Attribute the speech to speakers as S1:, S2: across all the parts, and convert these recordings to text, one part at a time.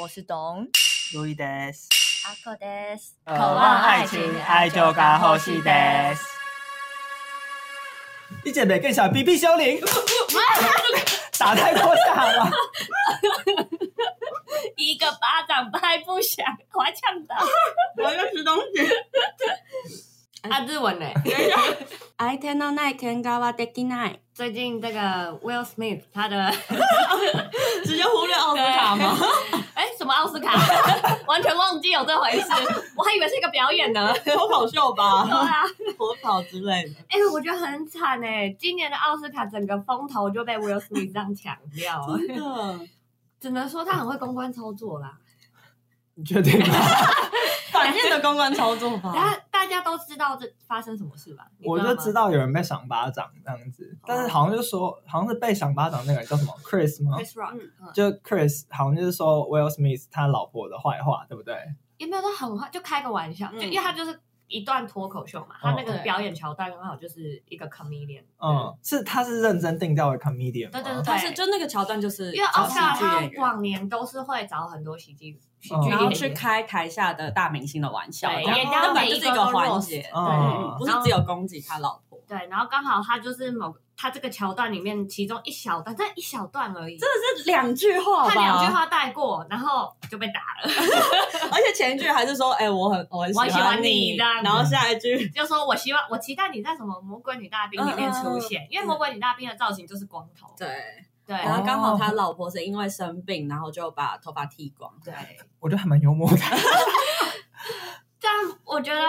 S1: 我是董
S2: 路易德斯，
S1: 阿克德斯，
S2: 渴望爱情，爱就该呼吸德。你姐妹更小，B B 修灵， 打太多下了，
S1: 一个巴掌拍不响，我呛到。
S3: 我要吃东西。
S1: 啊，日文呢？
S3: I ten no night can go out day night，
S1: 最近这个 Will Smith 他的
S3: 直接忽略奥斯卡吗？
S1: 哎什么奥斯卡， 完全忘记有这回事，我还以为是一个表演呢。
S3: 脱口秀吧
S1: 对，啊，
S3: 脱跑之类的。
S1: 哎、我觉得很惨哎、今年的奥斯卡整个风头就被 Will Smith 这样抢掉了，
S3: 真的，
S1: 只能说他很会公关操作啦。
S2: 你确定 吗？
S3: 反面的公关操作吧。
S1: 大家大家都知道这发生什么事吧？你
S2: 我就
S1: 吗
S2: 知道有人被赏巴掌这样子，但是好像啊就说，好像是被赏巴掌那个人叫什么 Chris 吗？
S1: Chris Rock，、
S3: 嗯
S1: 嗯、
S2: 就 Chris 好像就是说 Will Smith 他老婆的坏话，对不对？
S1: 也没有说很坏，就开个玩笑，
S3: 嗯
S1: 就因为他就是一段脱口秀嘛，他那个
S3: 对
S1: 表演桥段刚好就是一个 comedian，
S2: 嗯，是他是认真定调为 comedian 吗
S1: 对对对
S3: 但是就那个桥段就是
S1: 因为奥斯卡
S3: 找呃喜剧
S1: 他
S3: 演员哦
S1: 往年都是会找很多喜剧喜
S2: 嗯
S1: 剧
S3: 然
S1: 演
S3: 后去
S1: 员，
S3: 开台下的大明星的玩笑，
S1: 对
S3: 这样
S2: 人家
S3: 根本
S1: 每
S3: 就
S1: 一
S3: 是
S1: 个
S3: 一
S1: 都
S3: 个环
S1: roast，
S3: 节，
S2: 嗯
S3: 对，不是只有攻击他老婆，
S1: 对，然后刚好他就是某他这个桥段里面其中一小段，但一小段而已，
S3: 真的是两句话
S1: 他
S3: 吧？
S1: 两句，话带过，然后就被打了，
S3: 而且前一句还是说，哎，我很我很
S1: 我很喜欢你
S3: 你，
S1: 这样
S3: 然后下一句
S1: 就说我希望我期待你在什么《魔鬼女大兵》里面出
S3: 嗯
S1: 现，因为《魔鬼女大兵》的造型就是光头，
S3: 对，
S1: 对
S3: 然后刚好他老婆是因为生病，然后就把头发剃光，
S1: 对，
S2: 我觉得还蛮幽默 的。
S1: 但我觉得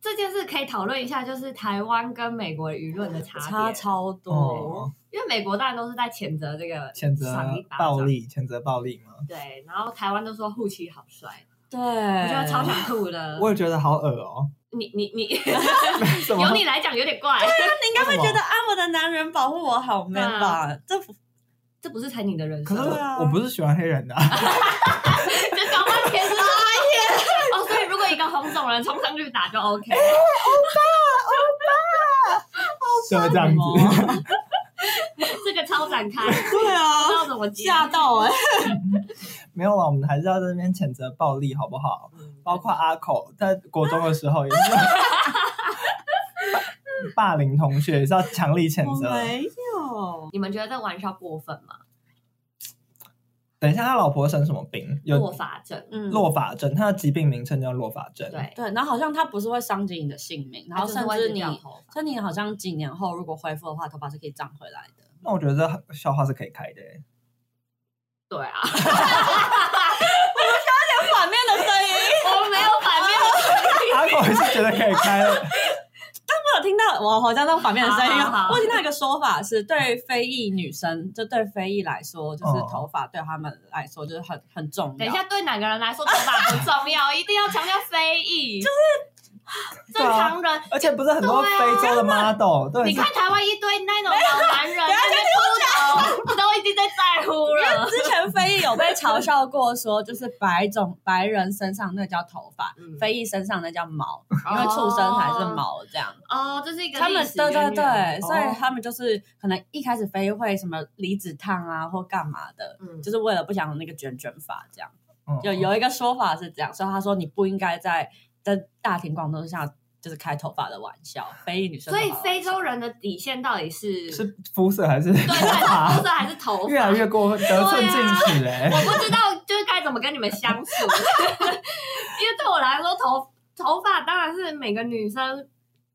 S1: 这件事可以讨论一下，就是台湾跟美国舆论的差别。
S3: 差超多
S2: 哦，，
S1: 因为美国当然都是在谴责这个
S2: 谴责
S1: 赏一巴掌
S2: 暴，力，谴责暴力吗？
S1: 对，然后台湾都说护旗好帅，
S3: 对，
S1: 我
S3: 我
S1: 觉得超想吐的。
S2: 我也觉得好恶 哦、
S1: 你你你，
S2: 什么
S1: 由你来讲 有点怪，
S3: 你应该会觉得啊，我的男人保护我好 man 吧？
S1: 啊
S3: 这不
S1: 这不是才你的人
S2: 可
S1: 生，
S2: 是
S1: 这
S2: 我,、
S3: 对啊
S2: 我不是喜欢黑人的啊、
S1: 搞半天是哎呀， 哦，所以如果一个红种人冲上去打就 OK，
S2: 就会这样
S3: 什
S2: 子。
S1: 这个超展开，不
S3: 对
S1: 知
S3: 啊，
S1: 道怎么接
S3: 吓到 哎、
S2: 没有啊，我们还是要在这边谴责暴力，好不好？包括阿口在国中的时候也是 霸霸凌同学，也是要强力谴
S3: 我
S2: 责。
S3: 没有，
S1: 你们觉得这玩笑过分吗？
S2: 等一下，他老婆生什么病？有
S1: 落法症，
S3: 嗯，
S2: 落法症，他的疾病名称叫落法症。，
S1: 对，
S3: 对，然后好像他不是会伤及你的性命，然后甚至你，
S1: 它就是会一直掉头发
S3: 甚至你好像几年后如果恢复的话，头发是可以长回来的。
S2: 那我觉得这笑话是可以开的、欸。
S1: 对啊，
S3: 反面的声音，
S1: 我没有反面的
S2: 阿狗也是觉得可以开的。
S3: 我有听到，我好像那反面的声音，
S1: 好好好
S3: 我有听到一个说法是，对非裔女生，就对非裔来说，就是
S2: 哦
S3: 头发对他们来说就是很很重要。
S1: 等一下，对哪个人来说头发不重要，一定要强调非裔，就是正常人。
S2: 而且不是很多
S1: 对啊
S2: 非洲的 model 对，
S1: 你看台湾一堆那种老男 人，那边秃头，都已经在在乎了。
S3: 之前非裔有被嘲笑过，说就是白种白人身上那叫头发，
S1: 嗯
S3: 非裔身上那叫毛，因为畜生才是毛这样。
S1: 哦，这是哦一个
S3: 他们
S1: 历史
S3: 对
S1: 渊
S3: 对对，
S1: 源
S3: 所以
S2: 哦
S3: 他们就是可能一开始非裔会什么离子烫啊或干嘛的，
S1: 嗯
S3: 就是为了不想有那个卷卷发这样。
S2: 嗯
S3: 就有一个说法是这样，所以他说你不应该在在大庭广众下就是开头发的玩笑，非裔女生的
S1: 所以
S3: 玩笑。
S1: 非洲人的底线到底是对
S2: 是肤色还是头
S1: 对，
S2: 发
S1: 肤色还是头发？
S2: 越来越过分，得寸进尺哎、
S1: 我不知道就是该怎么跟你们相处， 因为对我来说，头头发当然是每个女生、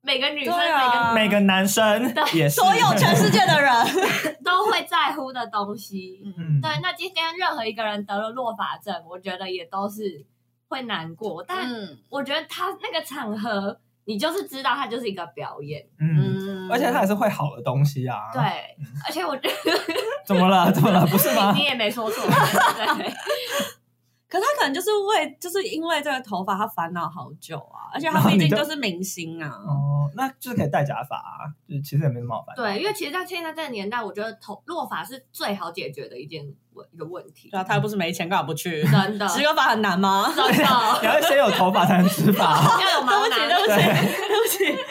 S1: 每个女生、
S3: 对啊
S2: 每个男生
S1: 嗯
S2: 也 是
S3: 所有全世界的人，
S1: 每个都会在乎的东西。
S2: 嗯，
S1: 对，那今天任何一个人得了落发症，我觉得也都是会难过，但
S3: 嗯
S1: 我觉得他那个场合，你就是知道他就是一个表演，
S2: 嗯，
S3: 嗯
S2: 而且它也是会好的东西 啊。，
S1: 对，而且我觉得
S2: 怎么了？怎么了？不是吗
S3: 啊
S1: 你你？也没 说错，对，
S3: 可他可能就是为，就是因为这个头发，他烦恼好久啊，而且他毕竟就是明星啊。
S2: 哦，那就是可以戴假发、啊，就其实也没什么好烦恼。
S1: 对，因为其实，在现在这个年代，我觉得头落发是最好解决的一件问一个问题
S3: 对，啊，他又不是没钱，干嘛不去？
S1: 真的，
S3: 植个发很难吗？
S1: 真的
S2: 你要先有头发才能植发。啊
S1: 要有毛
S3: 啊对不起，对
S1: 囊。
S3: 不 起，对不起，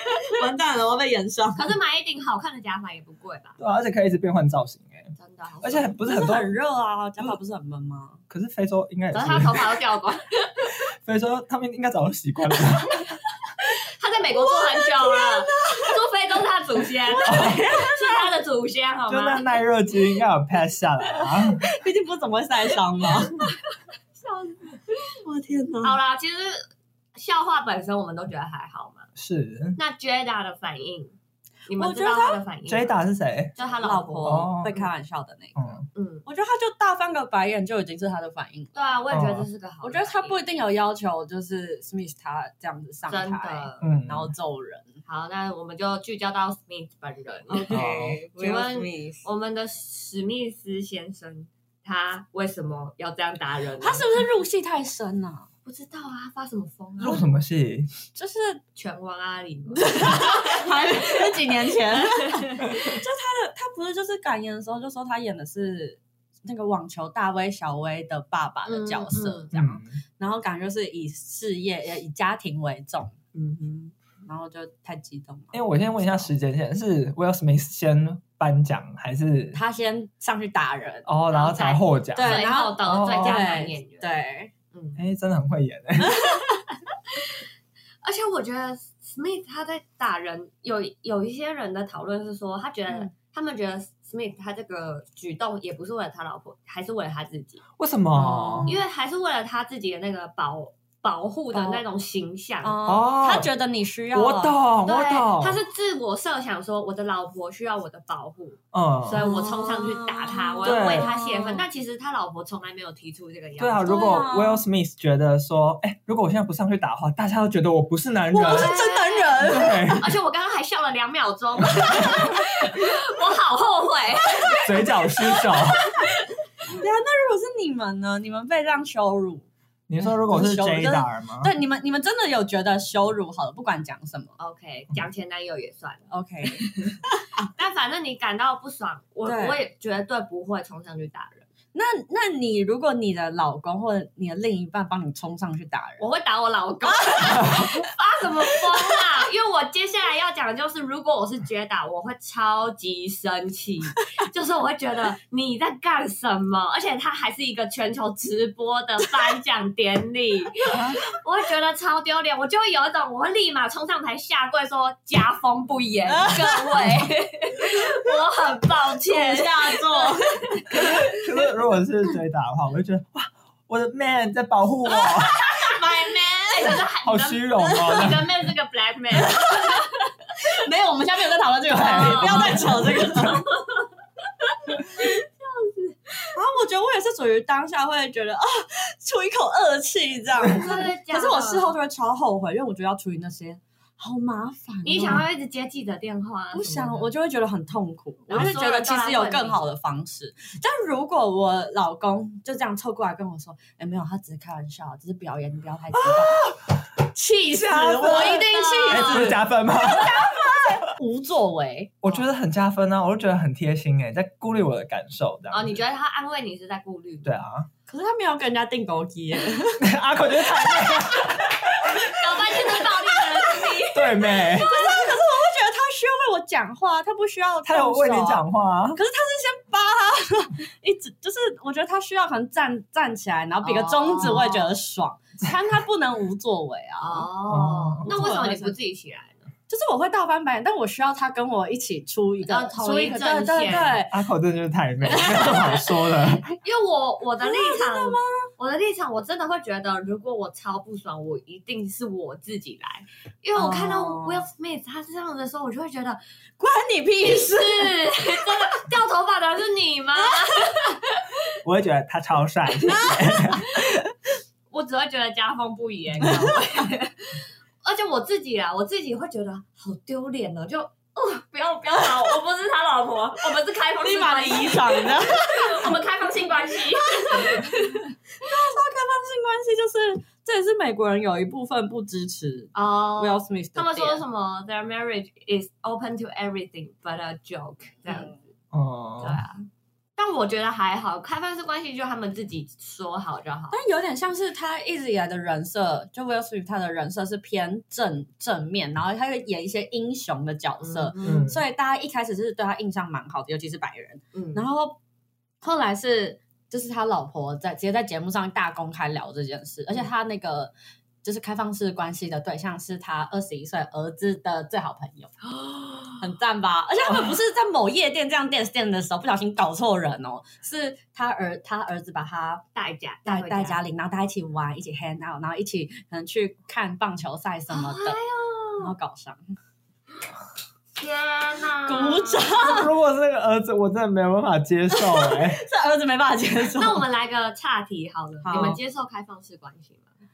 S3: 完蛋了，我要被延上。
S1: 可是买一顶好看的假发也不贵吧？
S2: 对啊，而且可以一直变换造型哎、
S1: 真的好爽，
S2: 而且不是很
S3: 真的
S2: 多，
S3: 很热啊，加法不是很闷吗？
S2: 可是非洲应该也
S1: 然后他的头
S2: 是，
S1: 发都掉光，
S2: 非洲他们应该早就习惯了吧。
S1: 他在美国住很久了，除非都是他祖先， 是他的祖先好
S2: 就那
S1: 吗？
S2: 耐热机应该有 pass 下来啊。
S3: 毕竟不怎么会晒伤嘛。
S1: 笑死
S3: 我的天
S1: 好
S3: 哪！
S1: 啦，其实笑话本身我们都觉得还好嘛。
S2: 是
S1: 那 Jada 的反应，你
S3: 我
S1: 们
S3: 觉
S1: 知
S3: 得
S1: 道他的反应吗
S2: Jada 是谁？
S1: 就他
S3: 老
S1: 老婆，
S3: 婆
S2: 哦
S3: 被开玩笑的那个，
S2: 嗯，
S1: 嗯，
S3: 我觉得他就大翻个白眼就已经是他的反应了。
S1: 对啊，我也觉得这是个好的
S3: 哦
S1: 反应。
S3: 我觉得他不一定有要求，就是 Smith 他这样子上
S1: 真
S3: 台，
S1: 的。
S2: 嗯，
S3: 然后揍人。
S1: 好，那我们就聚焦到 Smith 本人。
S3: 哦
S2: OK，
S1: 请问
S3: Smith，
S1: 我们的史密斯先生，他为什么要这样打人呢？
S3: 他是不是入戏太深啊？
S1: 不知道啊，他发什么疯
S2: 入
S1: 啊？
S2: 什么戏？
S3: 就是
S1: 拳王阿里吗？
S3: 还是几年前， 就他的他不是就是感言的时候就说他演的是那个网球大威小威的爸爸的角色
S1: 嗯嗯
S3: 这样，然后感觉就是以事业呃以家庭为重，
S1: 嗯哼，
S3: 然后就太激动了。
S2: 哎因为我先问一下时间线，是 Will Smith 先颁奖还是？
S3: 他先上去打人，
S2: 哦，然后才获奖。
S3: 对
S1: 最
S3: 然后哦
S1: 后的最佳男演员。，
S3: 对，
S1: 嗯，
S2: 哎，真的很会演哎。
S1: 而且我觉得 Smith 他在打人，有有一些人的讨论是说，他觉得、
S3: 嗯
S1: 他们觉得 Smith 他这个举动也不是为了他老婆，还是为了他自己，
S2: 为什么
S3: 哦？
S1: 嗯因为还是为了他自己的那个保保护的那种形象。
S3: 哦
S2: 哦，
S3: 他觉得你需要，
S2: 我懂，我
S1: 对，
S2: 懂。
S1: 他是自我设想说，我的老婆需要我的保护，所以
S2: 嗯，
S1: 我冲上去打他，
S3: 哦
S1: 我要
S2: 对
S1: 为他泄愤。但其实他老婆从来没有提出这个要求。
S2: 对啊。如果
S3: 对啊
S2: Will Smith 觉得说，哎，如果我现在不上去打的话，大家都觉得我不是男人
S3: 我。不是真男 人，
S2: 对，
S1: 而且我刚刚还笑了两秒钟， 我好后悔。
S2: 嘴角失手。
S3: 如果是你们呢？你们被这样羞辱，
S2: 你说如果是
S3: 羞辱真的
S2: Jada 吗？
S3: 对你们，你们真的有觉得羞辱？好了，不管讲什么
S1: OK，讲前男友也算了，
S3: ，OK，
S1: 但反正你感到不爽，我
S3: 对
S1: 我也绝对不会冲上去打人，
S3: 那那你如果你的老公或者你的另一半帮你冲上去打人，
S1: 我会打我老 公，发什么疯啊？因为我接下来要讲的就是，如果我是觉打，我会超级生气，就是我会觉得你在干什么？而且他还是一个全球直播的颁奖典礼，我会觉得超丢脸，我就会有一种我会立马冲上台下跪说家风不严，各 位，我很抱歉。
S3: 下座，
S2: 可是如果是追打的话，我就觉得哇，我的 man 在保护我，
S1: My man，可是哎啊还
S2: 好虚荣哦。
S1: 你的 man 是个 black man，
S3: 没有，我们下面有在讨论这个话题，
S1: 对
S3: 不要再扯这个。哦 然后我觉得我也是属于当下会觉得啊，出一口恶气这样，
S1: 可
S3: 可是我事后就会超后悔，因为我觉得要处理那些好麻烦哦、
S1: 你想要一直接记者电话啊什么的，
S3: 不想，我就会觉得很痛苦，我
S1: 然
S3: 就
S1: 后
S3: 会觉得其实有更好的方式。但如果我老公就这样凑过来跟我说：“哎、没有，他只是开玩笑，只是表演，你不要太激动。啊气死
S2: 吓死了
S3: 我！一定
S2: 哎，这
S3: 气
S2: 是
S3: 死，
S2: 加分吗？
S3: 无作为。
S2: 我觉得很加分啊，我就觉得很贴心哎，在顾虑我的感受这样。
S1: 哦，你觉得他安慰你是在顾虑？
S2: 对，啊，
S3: 可是他没有跟人家订狗 机耶，
S2: 阿口觉得太 妹
S1: 搞半天是暴力的人是 你
S2: 对妹，
S3: 我觉得他需要为我讲话，他不需要、
S2: 他有为你。讲话啊，
S3: 可是他是先扒他，一直就是我觉得他需要可能站站起来，然后比个中指，
S1: 哦
S3: 我也觉得 爽。但他不能无作为啊，
S1: 哦
S2: 哦，
S1: 那为什么你不自己起来呢？
S3: 就是我会大翻白眼，但我需要他跟我一起出一
S1: 要
S3: 个
S1: 同
S3: 出
S1: 一
S3: 个
S1: 阵
S3: 对对
S1: 线
S3: 对，
S2: 阿口真的就是太 妹，没什么好说的。
S1: 因为我我哎啊的立场，我的立场，我真的会觉得，如果我超不爽，我一定是我自己来，因为我看到
S3: 哦
S1: Will Smith 他是这样子的时候，我就会觉得
S3: 关你屁
S1: 是
S3: 事！
S1: 真的掉头发的是你吗？
S2: 我会觉得他 超帅，
S1: 我只会觉得家风不严， 而且我自己啊，我自己会觉得好丢脸哦，就。哦，不要不要打我！我不是他老婆，我 们是开放
S3: 立
S1: 性
S3: 马
S1: 关
S3: 的
S1: 系，
S3: 遗 产的开放
S1: 我们开放 性关系。
S3: 性关系就是，这也是美国人有一部分不支持
S1: 哦
S3: Will Smith 的
S1: 他们说
S3: 点
S1: 什么？Their
S3: 嗯
S1: marriage is open to everything but a joke，这样子。
S2: 哦
S1: 对，啊，但我觉得还好，开放式关系就他们自己说好就好。
S3: 但有点像是他一直以来的人设，就 Will Smith 他的人设是偏正正面，然后他会演一些英雄的角色，
S2: 嗯
S3: 所以大家一开始是对他印象蛮好的，尤其是白人。
S1: 嗯
S3: 然后后来是就是他老婆在直接在节目上大公开聊这件事，而且他那个就是开放式关系的对象是他二十一岁儿子的最好朋友，很赞吧？而且他们不是在某夜店这样 dance 店的时候不小心搞错人哦，是他儿他儿子把他。
S1: 代驾
S3: 带带
S1: 家
S3: 家里，然后大家一起玩，一起 hang out，然后一起可能去看棒球赛什么的，然后搞上。
S1: 天哪！
S3: 鼓掌！
S2: 如果是那个儿子，我真的没有办法接受哎、
S3: 这儿子没办法接受。
S1: 那我们来个岔题好了，
S3: 好
S1: 你们接受开放式关系吗？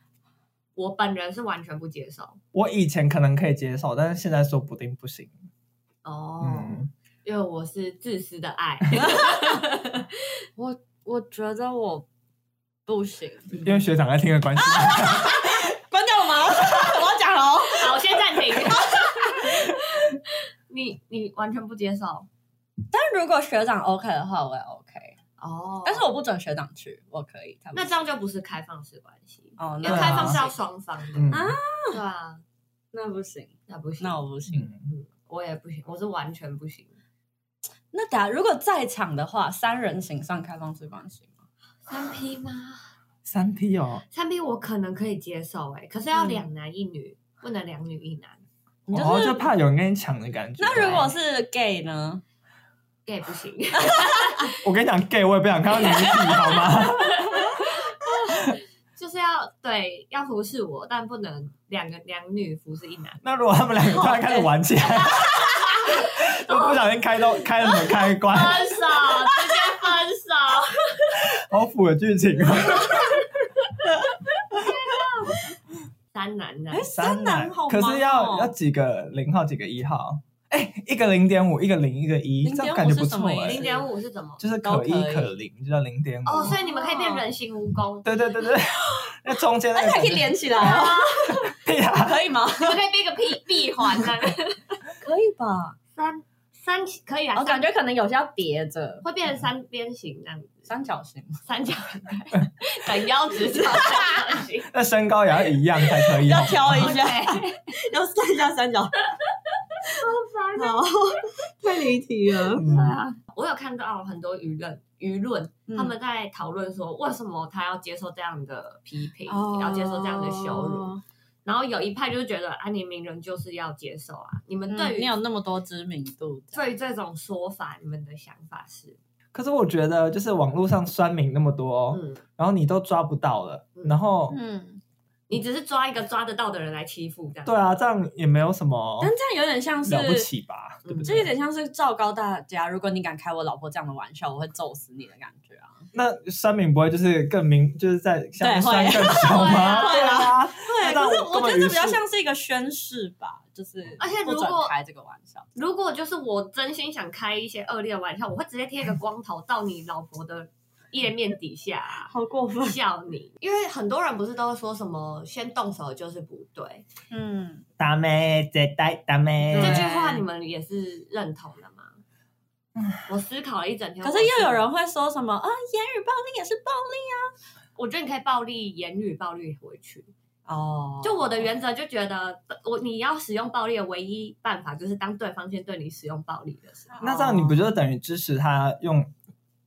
S1: 我本人是完全不接受
S2: 我以前可能可以接受，但是现在说不定不行。
S1: 哦，
S2: 嗯，
S1: 因为我是自私的爱。
S3: 我我觉得我不行，
S2: 因为学长在听的关系，
S3: 啊关掉了吗？ 我要讲了哦。
S1: 好，我先暂 停。你你完全不接受
S3: 但如果学长 OK 的话，我也 OK，
S1: 哦
S3: 但是我不准学长去，我可以。他们
S1: 那这样就不是开放式关系，
S3: 哦，
S1: 因
S3: 那
S2: 对
S1: 为
S2: 啊
S1: 开放是要双方的，
S2: 嗯，
S3: 啊
S1: 对啊，
S3: 那不行，
S1: 那不行，
S3: 那我不行。
S2: 嗯
S1: 我也不行，我是完全不行。
S3: 那等下如果在场的话，三人行算开放式关系吗？
S1: 三 P 吗？
S2: 三 P 哦，
S1: 三 P 我可能可以接受、欸，哎，可是要
S3: 嗯
S1: 两男一女，不能两女一男
S3: 你
S2: 哦，
S3: 是
S2: 就怕有人跟你抢的感觉。哎
S3: 那如果是 gay 呢？
S1: ，gay 不行。
S2: 我跟你讲，gay 我也不想看到你们 P 好 吗？
S1: 就是要对要服侍我，但不能两个两女服侍一男。
S2: 那如果他们两个突然开始玩起来，
S3: 哦
S2: 就不小心开到开了什么开 关，
S1: 分手，直接分手。
S2: 好腐的剧情哦。
S1: 三男的
S3: 哎，三男好忙
S2: 可
S3: 哦
S2: 是要要几个零号，几个一号？哎，一个零点五，一个零，一个一，
S3: 0.5
S2: 这样感觉不错
S3: 是什么
S2: 哎
S3: 意
S1: 零
S3: 思，
S1: 点五是怎么？
S2: 就是可一
S3: 都可以
S2: 可零，就叫零点五。
S1: 哦，所以你们可以变人形蜈蚣，
S2: 对对 对对，那中间那
S3: 而
S2: 个
S3: 且还可
S2: 感
S3: 以
S2: 觉
S3: 连起来哦，
S2: 对啊呀、
S3: 可以吗？
S1: 你们可以变个闭闭环这样。
S3: 可以吧？哦
S1: 三三可以啊，
S3: 我
S1: 三
S3: 感觉可能有些要叠着，
S1: 会变成三边形这样子，
S3: 三角形。
S1: 三角等腰直角三角形。
S2: 那身高也要一样才可 以。啊
S3: 要挑一 下
S1: OK，
S3: 要算一下三 角，好， 太离题了。
S1: 对
S2: 嗯，
S1: 啊，我有看到很多舆论舆论
S3: 嗯
S1: 他们在讨论说，为什么他要接受这样的批评，要接受这样的羞辱。
S3: 哦。
S1: 然后有一派就觉得，啊，你名人就是要接受啊。你们对
S3: 嗯你
S1: 于、
S3: 有那么多知名度，
S1: 对于这种说法，你们的想法是？
S2: 可是我觉得就是网络上酸民那么多、
S1: 嗯，
S2: 然后你都抓不到了，
S1: 嗯
S2: 然后、
S3: 嗯，
S1: 你只是抓一个抓得到的人来欺负这样。
S2: 对啊，这样也没有什么
S3: 但这样有点像是
S2: 了不起吧，对不
S3: 这有
S2: 对？
S3: 点像是昭告大家，如果你敢开我老婆这样的玩笑，我会揍死你的感觉啊！
S2: 那酸民不会就是更明，就是在下面
S3: 对会
S2: 酸更凶吗？
S1: 会啊
S2: 啊，
S3: 对，
S2: 那
S3: 可是
S2: 我
S3: 我
S2: 根本
S3: 觉得这
S2: 于
S3: 比较
S2: 事
S3: 像是一个宣誓吧，就是
S1: 而且
S3: 不
S1: 如
S3: 准
S1: 果
S3: 开这个玩笑。
S1: 如果就是我真心想开一些恶劣的玩笑，我会直接 贴一个光头到你老婆的页面底下、啊
S3: 好过分，
S1: 笑你。 因为很多人不是都会说什么先动手就是不对，
S3: 嗯，
S2: 打妹再带打妹
S1: 这
S3: 对
S1: 句话你们也是认同的吗？我思考了一整天，
S3: 可是又有人会说什么啊，言语暴力也是暴力
S1: 我觉得你可以暴力言语暴力回去。
S3: 哦
S1: 就我的原则就觉得，我你要使用暴力的唯一办法就是当对方先对你使用暴力的时候。
S2: 那这样你
S3: 哦
S2: 不就等于支持他用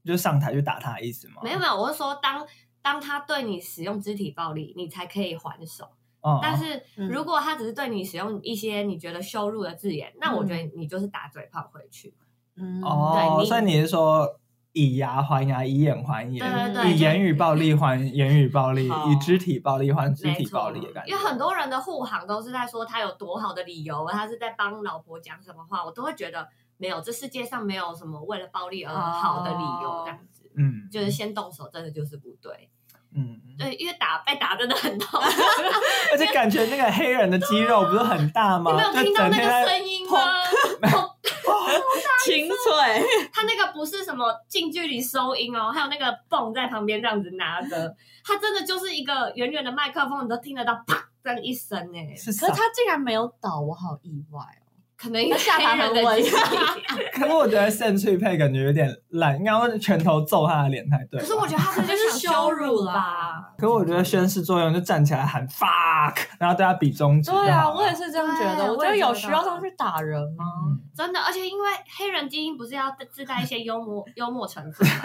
S2: 就上台去打他的意思吗？
S1: 没有没有，我是说当当他对你使用肢体暴力，你才可以还手。
S2: 嗯，
S1: 但是
S3: 嗯
S1: 如果他只是对你使用一些你觉得羞辱的字眼，那我
S3: 嗯
S1: 觉得你就是打嘴炮回去。
S3: 嗯
S2: 哦
S1: 对，你
S2: 所以你是说以牙还牙，以眼还眼，
S1: 对对
S3: 嗯
S1: 对，
S2: 以
S1: 就
S2: 言语暴力还言语暴力，
S3: 好
S2: 以肢体暴力还肢
S1: 没
S2: 体
S1: 错
S2: 暴力的感觉。
S1: 因为很多人的护航都是在说他有多好的理由，他是在帮老婆讲什么话，我都会觉得没有，这世界上没有什么为了暴力而好的理由
S3: 哦
S1: 这样子。
S2: 嗯，
S1: 就是先动手，真的就是不对。
S2: 嗯，
S1: 对，因为打被打真的很痛，
S2: 而且感觉那个黑人的肌肉不是很大
S1: 你
S2: 吗？
S1: 没有
S2: 就
S1: 听到
S2: 整
S1: 那
S2: 天
S1: 个
S2: 在
S1: 声音吗？砰
S3: 清脆，
S1: 他那个不是什么近距离收音哦，还有那个泵在旁边这样子拿着，他真的就是一个远远的麦克风，你都听得到啪这样一声呢。欸
S2: 是
S3: 可
S2: 啥
S3: 是？他竟然没有倒，我好意外哦。
S1: 可能
S3: 下巴
S1: 黑人
S3: 很稳
S1: 的基因
S2: 可是我觉得线去配感觉有点烂，应该会拳头揍他的脸才 对吧。
S1: 可是我觉得他
S3: 这
S1: 这就是
S3: 是
S1: 羞
S3: 羞
S1: 辱
S3: 辱
S1: 吧
S3: 啦。
S2: 可我觉得宣誓作用就站起来喊 fuck，然后对他比中指就好了。
S3: 对啊，我也是这样觉
S1: 对
S3: 得。我觉
S1: 我也
S3: 得有
S1: 觉
S3: 需
S1: 得
S3: 要上去打人吗？
S2: 嗯
S1: 真的，而且因为黑人基因不是要自带一些幽默 幽默成分吗，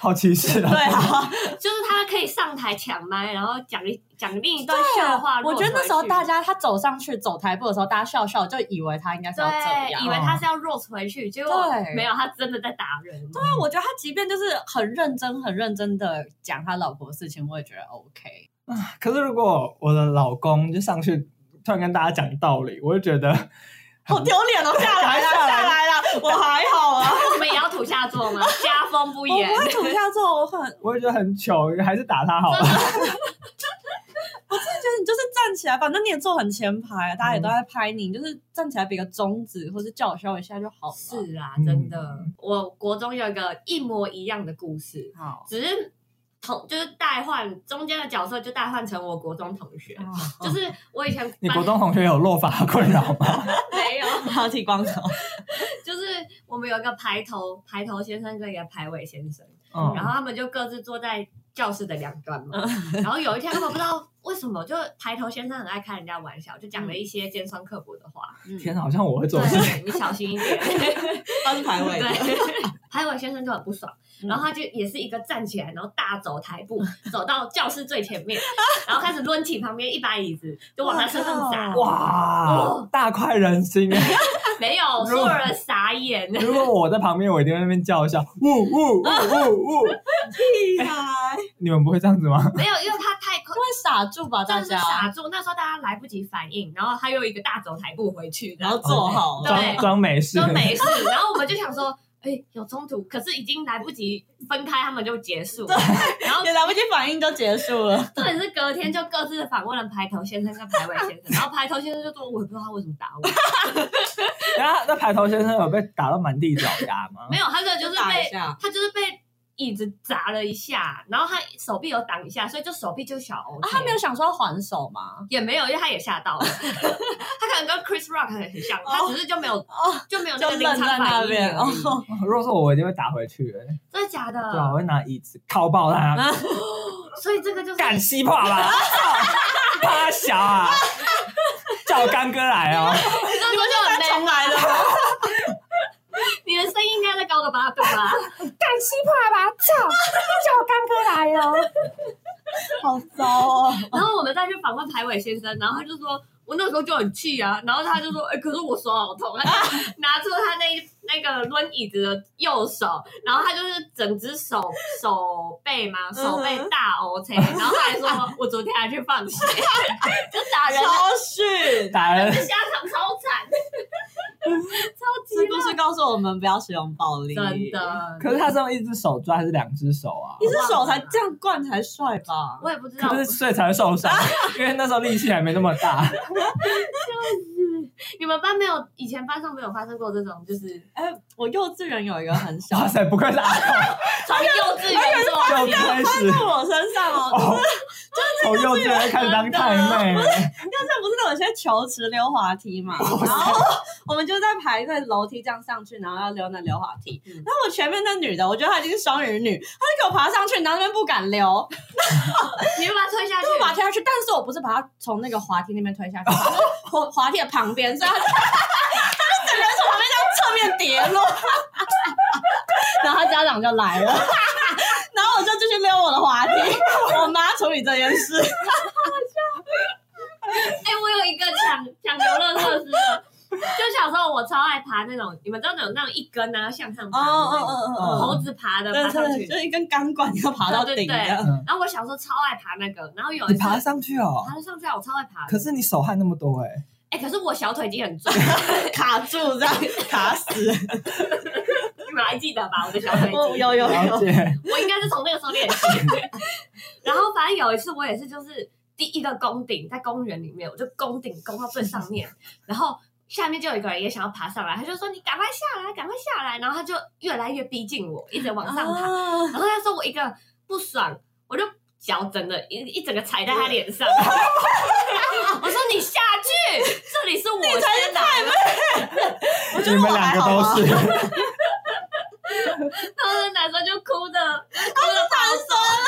S2: 好歧视啊！
S3: 对啊，
S1: 就是他可以上台抢麦，然后讲一讲另一段笑话。
S3: 啊我觉得那时候大家他走上去走台步的时候，大家笑笑就以为他应该是要这
S1: 对，
S3: 样。
S1: 以为
S2: 哦
S1: 他是要 rose 回去，结果
S3: 对
S1: 没有，他真的在打人。对
S3: 那啊 我觉得他即便就是很认真、很认真的讲他老婆的事情，我也觉得 OK。
S2: 可是如果我的老公就上去突然跟大家讲道理，我就觉得
S3: 好丢脸哦！ 下来了，
S2: 下
S3: 下
S2: 来
S3: 来了，我还好啊，
S1: 我们也要土下座吗？家风不
S3: 我
S1: 严
S3: 不。会土下座，我很，我
S2: 我就觉得很糗，还是打他好了。
S3: 真的觉得你就是站起来，反正你也坐很前排，大家也都在拍你，你就是站起来比个中指或是叫嚣一下就好了。，
S1: 是啊
S2: 嗯，
S1: 真的，我国中有一个一模一样的故事，
S3: 好，
S1: 只是同就是代换中间的角色就代换成我国中同
S3: 哦
S1: 学，就是我以前班
S2: 你国中同学有落发困扰吗？
S1: 没有，
S3: 好剃光头，
S1: 就是我们有一个排头排头先生跟一个排尾先生，
S2: 嗯，
S1: 然后他们就各自坐在教室的两端嘛。
S3: 嗯
S1: 然后有一天，他们不知道为什么，就排头先生很爱开人家玩笑，就
S3: 嗯
S1: 讲了一些尖酸刻薄的 话。
S2: 天哪，好像我会做的事情。
S1: 对，你小心一点。
S3: 他是排位的，
S1: 对，排尾先生就很不爽，
S3: 嗯
S1: 然后他就也是一个站起来，然后大走台步，走到教室最前 面，然后开始抡起旁边一把椅子，就往他身上砸。
S3: 哇
S2: 哇
S1: 哦，
S2: 大快人心！啊
S1: 没有，所有人傻眼。
S2: 如果我在旁边，我一定在那边叫一下，呜 呜呜呜呜！
S3: 厉害，
S2: 你们不会这样子吗？
S1: 没有，因为他太快
S3: 会傻住吧
S1: 真
S3: 大
S1: 的是
S3: 家，
S1: 傻住。那时候大家来不及反应，然后他又一个大走台步回去，
S3: 然后坐好了，
S2: 装装没事，
S1: 都没事。然后我们就想说，哎、有冲突，可是已经来不及分开，他们就结束了。然后
S3: 也来不及反应就结束了。
S1: 重点是隔天就各自访问了排头先生跟排尾先生，然后排头先生就说，我也不知道他为什么打我，
S2: 然后那排头先生有被打到满地找牙吗
S1: 没？有，他这就是
S3: 打一
S1: 被啊
S3: 下，
S1: 他就是被。椅子砸了一下，然后他手臂有挡一下，所以就手臂就小
S3: 啊，
S1: OK、
S3: 他没有想说要还手吗？
S1: 也没有，因为他也吓到了， 他可能跟 Chris Rock 很像，他只是就没有、
S3: 哦，
S1: 就没有
S3: 就
S1: 那个
S3: 愣
S1: 临场
S3: 在那
S1: 反应
S3: 边
S1: 而
S3: 哦
S1: 已。，
S2: 如果是我，我一定会打回去。欸
S3: 嗯
S1: 真的假的？
S2: 对啊，我会拿椅子敲爆他，
S1: 所以这个就是
S2: 干西炮吧，趴小啊！叫我干哥来哦！
S1: 你这
S3: 你
S1: 个
S3: 们就
S1: 就
S3: 再
S1: 很
S3: 重
S1: man
S3: 来了。
S1: 你的声音应该再高个八度吧？
S2: 干西炮吧，叫叫我干哥来哦！
S3: 好糟哦！
S1: 然后我们再去访问排尾先生，然后他就说，我那时候就很气啊，然后他就说，哎、可是我手好痛，他就 拿出他那一那个抡椅子的右手，然后他就是整只手手背嘛，
S2: 嗯
S1: 手背大 O K，、然后他还说，我昨天还去放血， 就打人啊，
S3: 超逊。
S2: 打人
S1: 这下场超惨，超级
S3: 这故事告诉我们不要使用暴力，
S1: 啊真。的。
S2: 可是他是用一只手抓还是两只手啊？
S3: 一只手才这样灌才帅吧？
S1: 我也不知道，
S2: 可是所以才会受伤，因为那时候力气还没那么 大。
S1: 你们班没有，以前班上没有发生过这种，就是
S3: 哎，我幼稚园有一个很小
S2: 哇，塞，不愧是阿
S1: 从幼稚园做
S2: 狗就
S1: 起。
S2: 开 始
S3: 在我身上 哦，
S2: 哦，从幼稚园开始当太妹，
S3: 但是不是都有些球池溜滑梯
S1: 哦
S3: 嘛？然后我们就在排队楼梯这样上去，然后要溜那溜滑梯。
S1: 嗯
S3: 然后我前面那女的，我觉得她已经是双鱼女，她就给我爬上去，然后那边不敢溜，
S1: 你就把它推下去
S3: 就，把她推下去。但是我不是把她从那个滑梯那边推下去，我是滑 滑梯的旁边，所以她 就她就整个人从旁边这样侧面跌落。 然后她家长就来了， 然后我就继续溜我的滑梯。我妈处理这件事，
S1: 哎、我有一个抢抢游乐设施的，就小时候我超爱爬那种，你们知道那种那种一根啊向上爬
S3: 哦
S1: 的那种、猴子爬的
S3: 对
S1: 爬
S3: 对
S1: 上
S3: 对，
S1: 去
S3: 就，一根钢管要爬到顶
S1: 对对对
S3: 的。
S1: 然后我小时候超爱爬那个，然后有一
S2: 你
S1: 次
S2: 爬上去哦。
S1: 爬得上去啊，我超爱爬的。
S2: 可是你手汗那么多哎，
S1: 哎、可是我小腿筋很重，
S3: 卡住这样 卡死，
S1: 你们还记得吧？我的小腿
S3: 我
S1: 筋，
S3: 哦有有
S2: 了
S3: 有，
S2: 解。
S1: 我应该是从那个时候练习。 然后反正有一次我也是，就是第一个攻顶，在公园里面，我就攻顶攻到最上面，然后下面就有一个人也想要爬上来，他就说你赶快下来，赶快下来，然后他就越来越逼近我，一直往上爬，
S3: 啊
S1: 然后那时候我一个不爽，我就脚整的一一整个踩在他脸上。 我说你下去，这里是我先拿的，
S3: 我觉
S2: 你
S3: 得
S2: 们
S3: 我
S2: 两
S3: 还
S2: 个
S3: 好
S2: 都
S3: 啊，
S2: 是。
S1: 然后那男生就哭的，他就放手，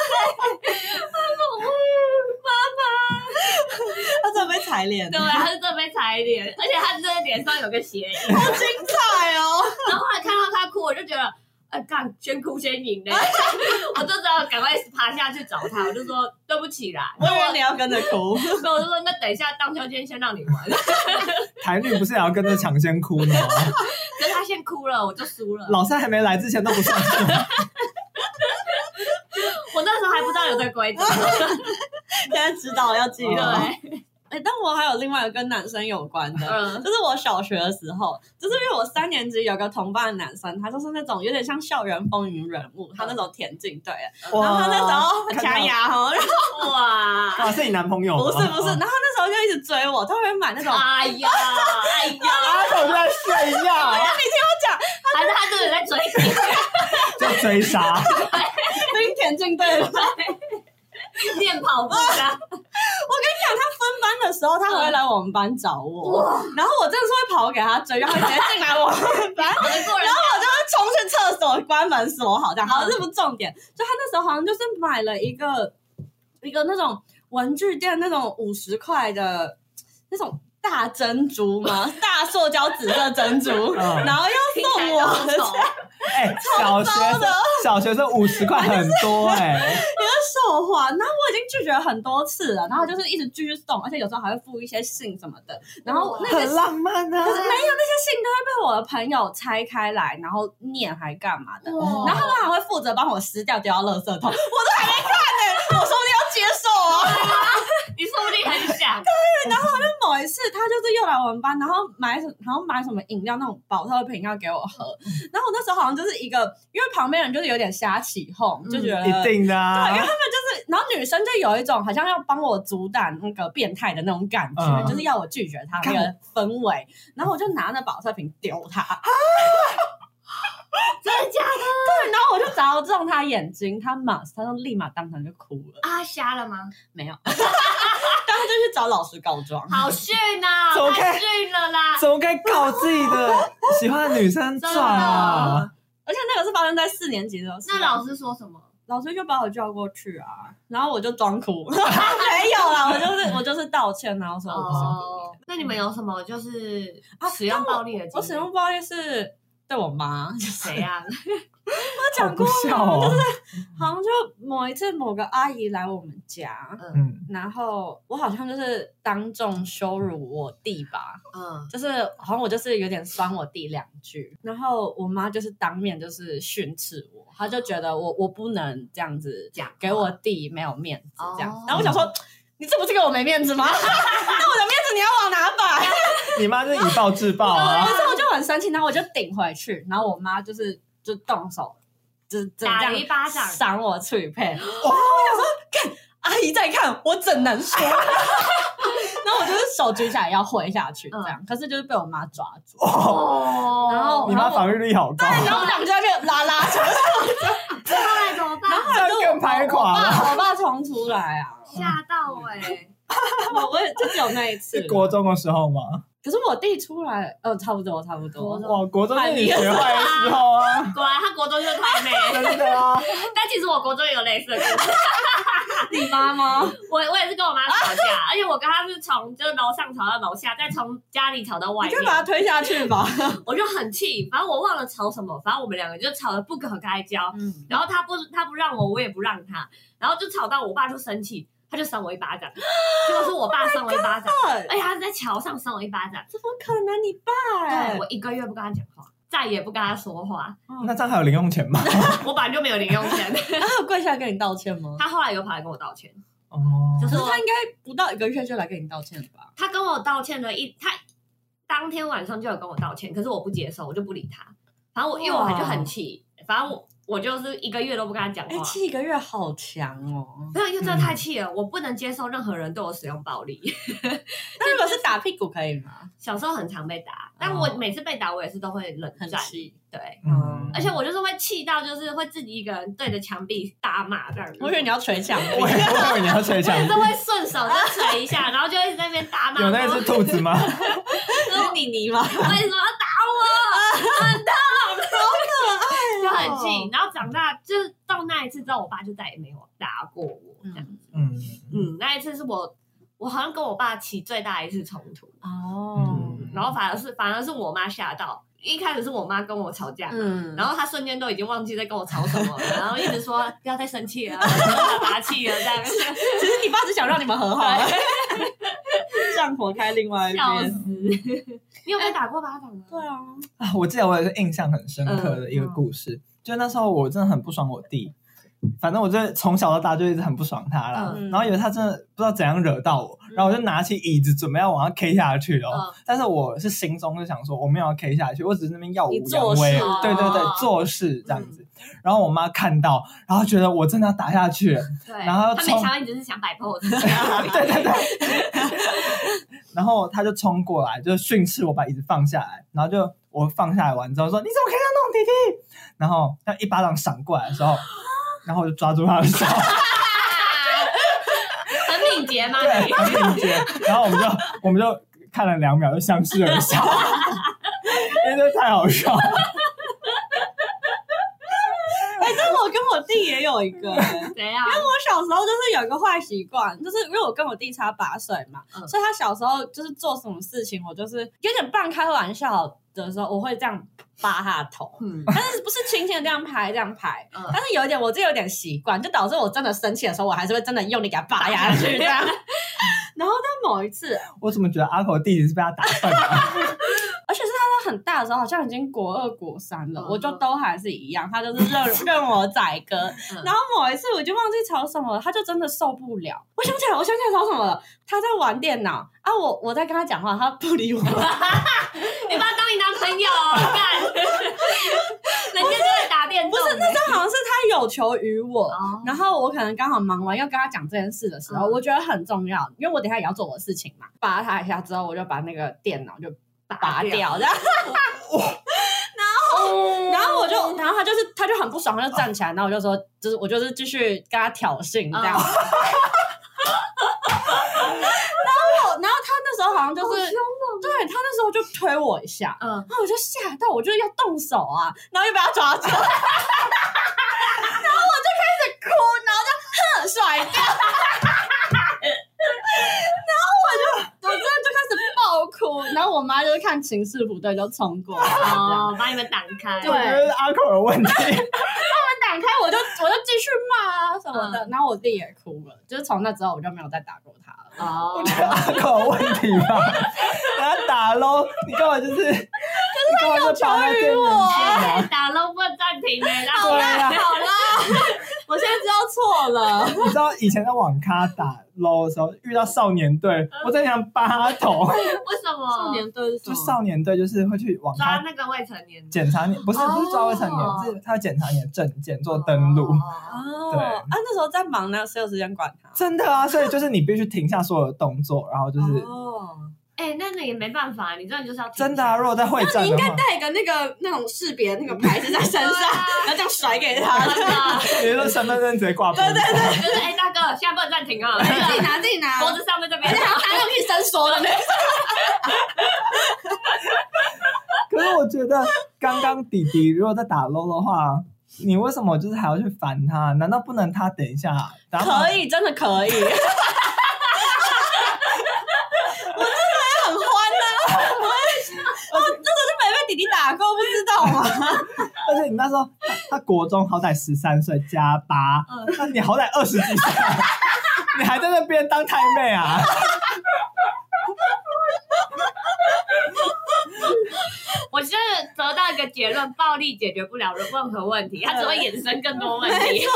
S1: 他说嗯妈妈，
S3: 他怎么被踩脸？
S1: 对，啊他是这被踩脸，而且他真的脸上有个鞋印。
S3: 好精彩哦！
S1: 然后后来看到他哭，我就觉得，呃，干，先哭先赢 嘞，我就只好赶快爬下去找他，我就说对不起啦，
S3: 我
S1: 那
S3: 以为
S1: 我
S3: 你要跟着哭，
S1: 那我就说那等一下荡秋千先让你玩，
S2: 台女不是也要跟着抢先哭呢吗？
S1: 可是他先哭了，我就输了，
S2: 老三还没来之前都不算数，
S1: 我那时候还不知道有这 个规则，
S3: 现在知道要记得。
S1: 对，
S3: 哎，但我还有另外一个跟男生有关的，
S1: 嗯，
S3: 就是我小学的时候，就是因为我三年级有个同班的男生，他就是那种有点像校园风云人物，他那种田径队的， 然后他那时候很强牙哦，然后
S1: 哇，
S2: 哇，是你男朋友吗？
S3: 不是不是，
S2: 哦
S3: 然后那时候就一直追我，他会买那种，
S1: 哎呀，哎呀，
S2: 阿口在哎炫 耀，
S1: 还是他真的在追你，
S2: 就追杀，
S3: 冰田径队的。
S1: 练跑步啊的，
S3: 分班的时候，他还会来我们班找我，然后我真的是会跑给他追，然后他直接进来我们班，
S1: 跑得过人
S3: 然后我就冲去厕所关门锁好，这样好，这不是重点。就他那时候好像就是买了一个一个那种文具店那种五十块的那种大珍珠吗？大塑胶紫色珍珠，
S2: 嗯
S3: 然后
S1: 听
S3: 要
S1: 起
S3: 送
S1: 来就
S3: 我，
S1: 很
S3: 就
S1: 丑，
S2: 哎，
S3: 超糟
S2: 小学生
S3: 的
S2: 小学生五十块很 多哎，
S3: 手环。然后我已经拒绝很多次了，然后就是一直继续送，而且有时候还会附一些信什么的。然后那些
S2: 很浪漫啊
S3: 可，是没有那些信都会被我的朋友拆开来，然后念还干嘛的？
S1: 哇
S3: 然后他们还会负责帮我撕掉丢到垃圾桶，我都还没看呢、我说不定要接受哦、
S1: 你说不定很想，
S3: 那 某一次他就是又来我们班，然后买什然后买什么饮料那种保特瓶要给我喝，然后我那时候好像就是一个，因为旁边人就是有点瞎起哄，就觉得。
S2: 一定的
S3: 对，因为
S2: 啊
S3: 他，们就是，然后女生就有一种好像要帮我阻挡那个变态的那种感觉，
S2: 嗯
S3: 就是要我拒绝他那个氛围。然后我就拿那保特瓶丢他，
S1: 真的假的？
S3: 然后我就找到中他眼睛，他马他就立马当场就哭了，
S1: 啊，瞎了吗？
S3: 没有， 当时就去找老师告状。
S1: 好逊呐、
S2: 走
S1: 太
S2: 开
S1: 逊了啦！
S2: 怎么该告自己 的喜欢的女生状啊？
S3: 而且那个是发生在四年级的时候，
S1: 那老师说什么？
S3: 老师就把我叫过去啊，然后我就装哭， 没有啦，我就是我就是道歉，然后说我不是故意
S1: 哦，那你们有什么就是
S3: 啊
S1: 使用暴力的
S3: 的，
S1: 经啊历？
S3: 我使用暴力是对我妈，我
S1: 怎样？
S3: 讲过啊
S2: 好不孝
S3: 吗
S2: 哦？
S3: 好像就某一次某个阿姨来我们家，
S1: 嗯
S2: 嗯，
S3: 然后我好像就是当众羞辱我弟吧，
S1: 嗯，
S3: 就是好像我就是有点酸我弟两句，然后我妈就是当面就是训斥我，她就觉得我我不能这样子
S1: 讲话
S3: 给我弟没有面子这样，
S1: 哦
S3: 然后我想说。你这不是给我没面子吗？ 那我的面子你要往哪摆？
S2: 你妈就以暴制暴啊
S3: 那，时候我就很生气，然后我就顶回去，然后我妈就是就动手，就是这
S1: 打了
S3: 样
S1: 一巴掌
S3: 赏我脆 配。然后我想说，看阿姨在看，我怎能说？ 然后我就是手举起来要挥下去，这
S1: 嗯
S3: 样，可是就是被我妈抓住。
S1: 哦
S3: 然后
S2: 你妈防御力好高，
S3: 哎然后我们两个就在那边拉 拉扯扯，
S1: 后来怎么办？
S2: 这样更
S3: 我
S2: 排垮了。
S3: 爸我爸冲出来啊！
S1: 吓到哎、欸！
S3: 我我也就只有那 一次
S2: 是，国中的时候吗？
S3: 可是我弟出来，呃，差不多差不
S1: 国
S3: 多
S1: 中。
S2: 哇，国中是你学坏的时候啊，
S1: 果然他国中就是太妹，
S2: 真的啊，
S1: 但其实我国中也有类似的故事。
S3: 你妈吗？
S1: 我我也是跟我妈吵 架，而且我跟她是从就是楼上吵到楼下，再从家里吵到外
S3: 你
S1: 面
S3: 就。把他推下去吧。
S1: 我就很气，反正我忘了吵什么，反正我们两个就吵得不可开交。
S3: 嗯，
S1: 然后他不他不让我，我也不让他，然后就吵到我爸就生气，他就扇我一巴掌，结果是我爸扇我一巴掌，而且他是在桥上扇我一巴掌，
S3: 怎么嗯可能？你爸
S1: 对
S3: 哎
S1: 我一个月不跟他讲话，再也不跟他说话，
S2: 那这样还有零用钱吗？
S1: 我本来就没有零用钱，
S3: 然后啊跪下来跟你道歉吗？
S1: 他后来有跑来跟我道歉，
S2: 哦，
S1: 就
S3: 可
S1: 是
S3: 是他应该不到一个月就来跟你道歉了吧？
S1: 他跟我道歉了一他当天晚上就有跟我道歉，可是我不接受，我就不理他，反正我因为我就很气，反正我。我就是一个月都不跟他讲话
S3: 哎、。七个月好强哦！
S1: 没有，因为真的太气了，我不能接受任何人对我使用暴力。
S3: 那如果是打屁股可以吗？
S1: 小时候很常被打，但我每次被打，我也是都会冷
S3: 很
S1: 战。
S3: 气。
S1: 对，
S2: 嗯
S1: 而且我就是会气到，就是会自己一个人对着墙壁大骂这样子。
S3: 我以为你要捶墙壁
S2: 我以为我以为你要捶
S1: 我
S2: 墙
S1: 也啊是
S2: 壁，
S1: 会顺手就捶一下，然后就一直在那边大骂。
S2: 有那只兔子吗？
S3: 是你泥吗？
S1: 为什么要打我？很痛，好可爱、就很气。然后长大就是到那一次之后，我爸就再也没有打过我。这样，
S2: 嗯
S1: 嗯，那一次是我，我好像跟我爸起最大一次冲突，
S3: 哦，
S2: 嗯
S1: 然后反而是反而是我妈吓到，一开始是我妈跟我吵架。
S3: 嗯，
S1: 然
S3: 后
S1: 后她瞬间都已经忘记在跟我吵什么了，然后一直说不要再生气了，不要再打气了，这样
S3: 其实你爸只想让你们和好，啊 战火开另外一
S1: 笑
S3: 边。
S1: 死。 你有被打过巴掌吗？
S3: 对啊，
S2: 啊，我记得我有一个印象很深
S3: 嗯
S2: 刻的一个故事，就那时候我真的很不爽我弟，反正我就从小到大就一直很不爽他啦。
S3: 嗯
S2: 然后有一次他真的不知道怎样惹到我，然后我就拿起椅子准备要往他 K 下去哦。
S1: 嗯
S2: 但是我是心中就想说我没有要 K 下去，我只是那边耀武
S3: 你
S2: 扬
S3: 做事嗯
S2: 威
S1: 哦，
S2: 对对对，做事这样子。然后我妈看到，然后觉得我真的要打下去了，
S1: 对，
S2: 然后
S1: 他没
S2: 冲
S1: 想到你只是想摆 pose。
S2: 对对对。然后他就冲过来，就训斥我把椅子放下来，然后就我放下来完之后说：“你怎么可以这样弄弟弟？”然后他一巴掌闪过来的时候，然后我就抓住他的手，
S1: 很敏捷吗？
S2: 对，
S1: 你
S2: 很敏捷。然后我们就我们就看了两秒，就相视而笑，因为这太好笑了。
S3: 哎，但我跟我弟也有一个。欸
S1: 怎样？
S3: 我小时候就是有一个坏习惯，就是因为我跟我弟差八岁嘛，
S1: 嗯，
S3: 所以他小时候就是做什么事情，我就是有点半开玩笑的时候，我会这样扒他的头
S1: 嗯
S3: 但是不是轻轻的这样拍这样拍，
S1: 嗯
S3: 但是有一点我这有点习惯，就导致我真的生气的时候，我还是会真的用力给他扒下去这样。 然后到某一次，
S2: 我怎么觉得阿口弟弟是被他打笨的？
S3: 而且是他到很大的时候，好像已经国二国三了，
S1: 嗯
S3: 我就都还是一样，他就是任任我宰割。然后某一次我就忘记吵什么了，他就真的受不了。我想起来了，我想起来吵什么了，他在玩电脑啊，我我在跟他讲话，他不理我。
S1: 你把他当你男朋友哦干？ 人家就在打电动
S3: 不
S1: 欸，
S3: 是，那时候好像是他有求于我。
S1: 哦
S3: 然后我可能刚好忙完要跟他讲这件事的时候，
S1: 嗯
S3: 我觉得很重要，因为我等一下也要做我的事情嘛。扒他一下之后，我就把那个电脑就拔掉，然后然后我就，然后他就是，他就很不爽，他就站起来，然后我就说，就是我就是继续跟他挑衅这 样。然
S1: 嗯
S3: 后我，然后他那时候好像就是，
S1: 好凶
S3: 对他那时候就推我一下，
S1: 嗯，
S3: 然后我就吓到，我就要动手啊，然后又被他抓住，然 后我就开始哭，然后就哼甩 掉，然后我就我真的就开始爆哭，然后我妈就是看情势不对就冲过来，这样。
S1: 哦，把你们挡开，
S2: 我觉得是阿口的问题。
S3: 打开我就我就继续骂啊什么的，然后我弟也哭了，就是从那之后我就没有再打过他了。
S1: 哦
S2: 我，觉得阿狗有问题吧，给他打喽！你干嘛就是，你干嘛就绑在电源线啊？
S1: 哎打都不能暂停欸然后
S2: 对啊，
S3: 我现在知道错了，
S2: 你知道以前在网咖打 LO 的时候，遇到少年队，我在想扒头，
S3: 嗯
S1: 为什么？
S3: 队是
S2: 就少年队就是会去网咖
S1: 抓那个未成年人
S2: 检查你，不是不是抓未成
S1: 哦
S2: 年，是他会检查你的证件做登录。
S1: 哦
S3: 哦
S2: 对
S3: 啊，那时候在忙呢，谁有时间管他？
S2: 真的啊，所以就是你必须停下所有的动作，然后就是
S3: 哦，
S1: 哎，那你也没办法，你真的就是要停下
S2: 真的啊。如果在会
S3: 你
S2: 战
S3: 应
S2: 的
S3: 该
S2: 话，
S3: 带一个那个那种识别那个牌子在身上，
S1: 对啊
S3: 然后这样甩给他。
S1: 真的
S2: 比如说身份证直接挂脖子，
S1: 就是哎，大哥，现在不能暂停啊，
S3: 自己拿，自己拿，
S1: 脖子上面这边
S3: 而且。还拿那种可以伸缩的那种。
S2: 可是我觉得刚刚弟弟如果在打 LO 的话，你为什么就是还要去烦他？难道不能他等一下？然后
S3: 可以，真的可以。我真的也很欢啊！我我那时候就没被弟弟打过，不知道啊吗？
S2: 而且你那时候他他国中好歹十三岁加八
S1: 嗯，
S2: 那你好歹二十几岁，你还在那边当太妹啊？
S1: 我现在得到一个结论：暴力解决不了任何问题，它只会衍生更多问
S3: 没
S1: 题。
S3: 错，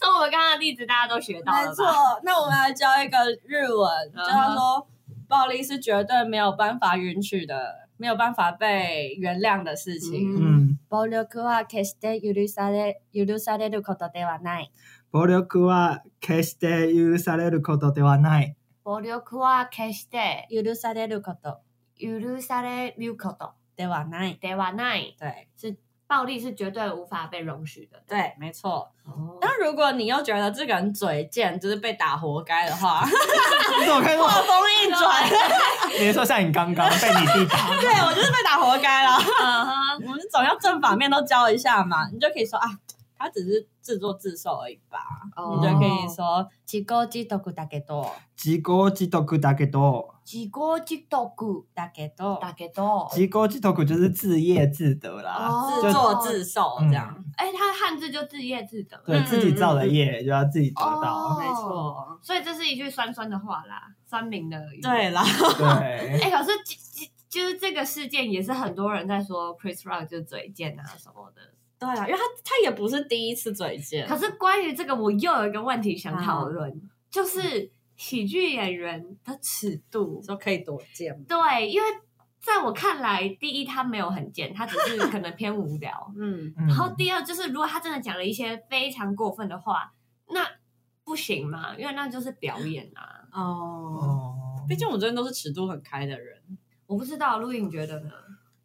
S1: 从我们刚刚的例子，大家都学到
S3: 没
S1: 了
S3: 错
S1: 吧？。
S3: 那我们来嗯教一个日文，就他说暴力是绝对没有办法允许的没有办法被原谅的事情。
S1: 嗯
S2: 嗯，
S3: 暴力は決して許され許されることではない。
S2: 暴力は決して許されることではない。
S1: 暴力は決して
S3: 許されること
S1: 許されること
S3: ではない。
S1: ではない，
S3: 对
S1: 是暴力是绝对无法被容许的。
S3: 对，没错。
S1: 哦，
S3: 但如果你又觉得这个人嘴贱，就是被打活该的话，
S2: 你怎么看
S3: 话
S2: 到？
S3: 锋一转，
S2: 你是说像你刚刚被你弟打，
S3: 对我就是被打活该 了。
S1: 嗯哼，
S3: 我们总要正反面都教一下嘛，你就可以说啊，他只是自作自受而已吧。
S1: 哦
S3: 你就可以说“自己自得だけど
S2: 自業自得だけど，
S1: 自業自得
S3: だけど
S1: だけど，
S2: 自業自得就是自业自得啦，
S1: 哦
S3: 自作自受”这样。
S1: 哎，他汉字就自业自得，
S2: 对
S3: 嗯
S2: 自己造的业就要自己得到
S1: 哦。
S3: 没错，
S1: 所以这是一句酸酸的话啦，酸民的语言
S3: 对啦，
S2: 对，
S1: 哎、可是其其就是这个事件也是很多人在说 Chris Rock 就嘴贱啊什么的。
S3: 对啊啦，因为他他也不是第一次嘴贱
S1: 可，是关于这个，我又有一个问题想讨论，就是喜剧演员的尺度。
S3: 说可以多贱。
S1: 对，因为在我看来，第一他没有很贱，他只是可能偏无聊。
S3: 嗯，
S2: 嗯
S1: 然后第二就是，如果他真的讲了一些非常过分的话，那不行嘛，因为那就是表演啊。
S3: 哦，
S2: 哦
S3: 毕竟我这边都是尺度很开的人。
S1: 我不知道陆毅你觉得呢？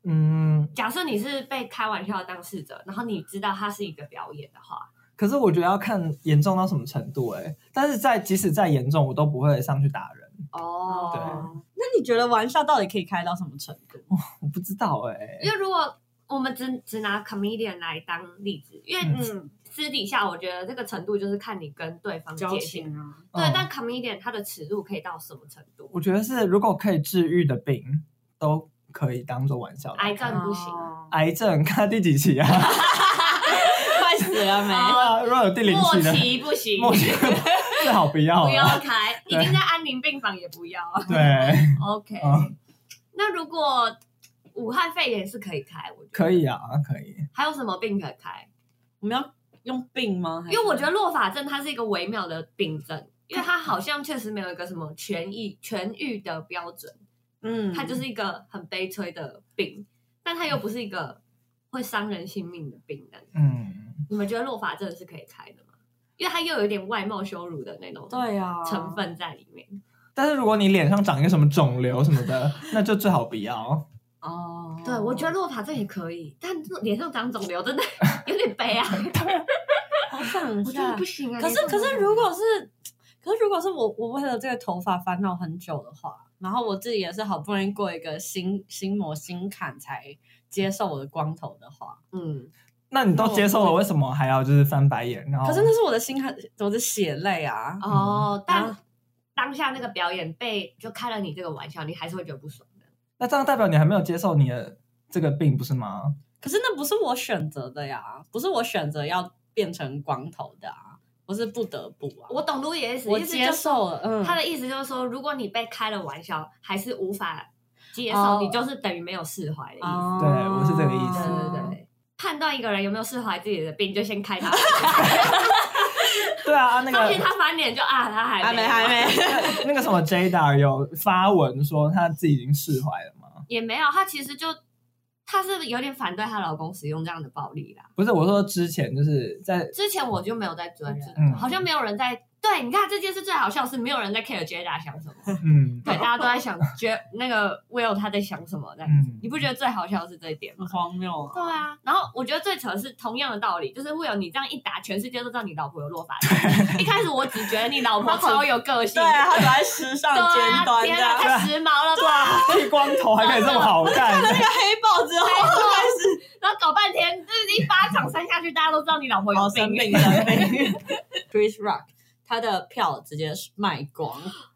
S2: 嗯，
S1: 假设你是被开玩笑的当事者，然后你知道他是一个表演的话，
S2: 可是我觉得要看严重到什么程度哎、但是在即使再严重，我都不会上去打人，
S1: 哦，
S3: 那你觉得玩笑到底可以开到什么程度？
S2: 我不知道哎、
S1: 因为如果我们只只拿 comedian 来当例子，因为
S3: 嗯，
S1: 私底下我觉得这个程度就是看你跟对方界限。
S3: 啊，
S1: 对，
S2: 嗯
S1: 但 comedian 它的尺度可以到什么程 度？
S2: 我觉得是如果可以治愈的病都可以当做玩笑来看。
S1: 癌症不行
S3: 哦
S2: 癌症看第几期啊？
S3: 快死了没？
S1: 哦
S2: 啊，如果有第零
S1: 末
S2: 期的，
S1: 期不行，
S2: 末期 最好不要啊
S1: 不要
S2: 了。
S1: 开，已经在安宁病房也不要。
S2: 对，
S1: OK，
S2: 嗯
S1: 那如果武汉肺炎是可以开，我觉得
S2: 可。以啊，可以。
S1: 还有什么病可以开？
S3: 我们要用病吗？
S1: 因为我觉得落法症它是一个微妙的病症，因为它好像确实没有一个什么痊愈痊愈的标准，
S3: 嗯，
S1: 它就是一个很悲催的病，但它又不是一个会伤人性命的病人。
S2: 嗯，
S1: 你们觉得落法症是可以开的吗？因为它又有一点外貌羞辱的那种
S3: 对啊，
S1: 成分在里面。
S2: 但是如果你脸上长一个什么肿瘤什么的，那就最好不要。
S3: 哦，
S1: 对，我觉得落法症也可以，但脸上长肿瘤真的 有点悲哀，
S3: 好想一
S1: 我真
S3: 下
S1: 的不。行啊。
S3: 可是
S1: 脸上
S3: 可
S1: 长
S3: 是
S1: 肿瘤
S3: 如果是，可是如果是我我为了这个头发烦恼很久的话，然后我自己也是好不容易过一个心心魔心坎才接受我的光头的话，
S1: 嗯，
S2: 那你都接受了，为什么还要就是翻白眼？然后，
S3: 可是那是我的心坎，我的血泪啊。
S1: 哦，但
S3: 啊
S1: 当下那个表演被就开了你这个玩笑，你还是会觉得不爽的。
S2: 那这样代表你还没有接受你的这个病，不是吗？
S3: 可是那不是我选择的呀，不是我选择要变成光头的啊，我是不得不啊，
S1: 我懂路易的意思，
S3: 我
S1: 意思
S3: 接
S1: 就是
S3: 受了，嗯，
S1: 他的意思就是说，如果你被开了玩笑，还是无法接受，
S3: 哦
S1: 你就是等于没有释怀的意思。
S3: 哦
S2: 对我是这个意
S1: 对
S2: 思
S1: 对对，判断一个人有没有释怀自己的病，就先开 他。
S2: 对啊，啊那
S1: 发现
S2: 个
S1: 他翻脸就啊，他 还
S3: 还没还没，
S2: 那个什么 Jada 有发文说他自己已经释怀了吗？
S1: 也没有，他其实就他是有点反对她老公使用这样的暴力啦。
S2: 不是，我说之前就是在
S1: 之前我就没有在追了，
S2: 嗯
S1: 好像没有人在。对，你看这件事最好笑是没有人在 care Jada 想什么，
S2: 嗯
S1: 对，大家都在想 J 那个 Will 他在想什么这样子，
S2: 嗯
S1: 你不觉得最好笑的是这一点吗？
S3: 很荒谬啊。
S1: 对啊，然后我觉得最扯的是同样的道理，就是会有你这样一打，全世界都知道你老婆有落发 症。一开始我只觉得你老婆超有个性，
S3: 对，啊他走在时尚
S1: 啊对
S3: 尖
S1: 啊，
S3: 端
S1: 天
S3: 这
S1: 啊，
S3: 样。
S1: 太时髦了
S2: 对
S1: 吧？
S2: 啊， 剃光头还可以这么好看，
S3: 那个黑豹之后
S1: 没错
S3: 啊开始
S1: 然后搞半天，就是一巴掌扇下去，大家都知道你老婆有
S3: 哦生病
S1: 病，
S3: 生病。Chris Rock 他的票直接卖光，